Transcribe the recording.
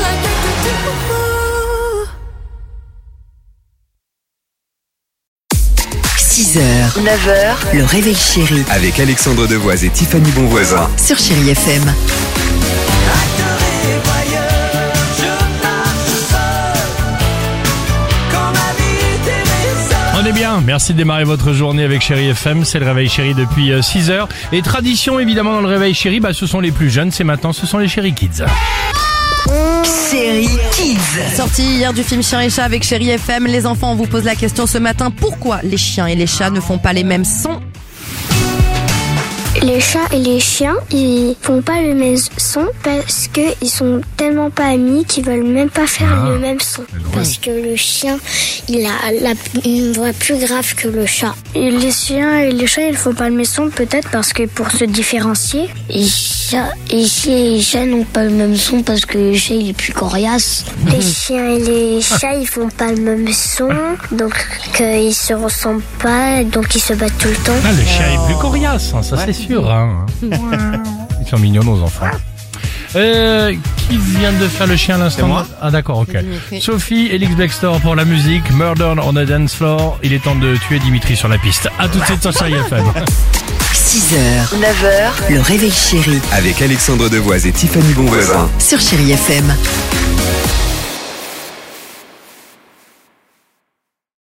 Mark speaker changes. Speaker 1: like do, do, do, do.
Speaker 2: 6h, 9h, le réveil chéri
Speaker 3: Avec Alexandre Devoise et Tiffany Bonvoisin.
Speaker 2: sur Chérie FM.
Speaker 4: On est bien, merci de démarrer votre journée avec Chéri FM, c'est le réveil chéri depuis 6h. Et tradition évidemment dans le réveil chéri, bah, ce sont les plus jeunes, c'est maintenant, ce sont les chéri kids. Ah,
Speaker 2: Série Kids.
Speaker 5: Sorti hier du film Chien et Chat avec Chéri FM, les enfants, on vous pose la question ce matin, pourquoi les chiens et les chats ne font pas les mêmes sons
Speaker 6: Les chats et les chiens, ils font pas le même son parce que ils sont tellement pas amis qu'ils veulent même pas faire le même son. Parce que le chien, il a une voix plus grave que le chat. Et les chiens et les chats, ils font pas le même son peut-être parce que pour se différencier. Les chats et les chats n'ont pas le même son parce que le chat, il est plus coriace. Les chiens et les chats, ils font pas le même son, donc euh, ils se ressemblent pas, donc ils se battent tout le temps.
Speaker 4: Ah, le chien est plus coriace, hein, ça c'est sûr. hein. Ils sont mignons nos enfants. Euh, qui vient de faire le chien à l'instant Ah d'accord, ok. Sophie et Bextor pour la musique, Murder on a Dance Floor, il est temps de tuer Dimitri sur la piste. À tout de suite sur Chéri FM.
Speaker 2: 6h, 9h, le réveil chéri
Speaker 3: Avec Alexandre Devoise et Tiffany Bonvoisin.
Speaker 2: sur Chérie FM.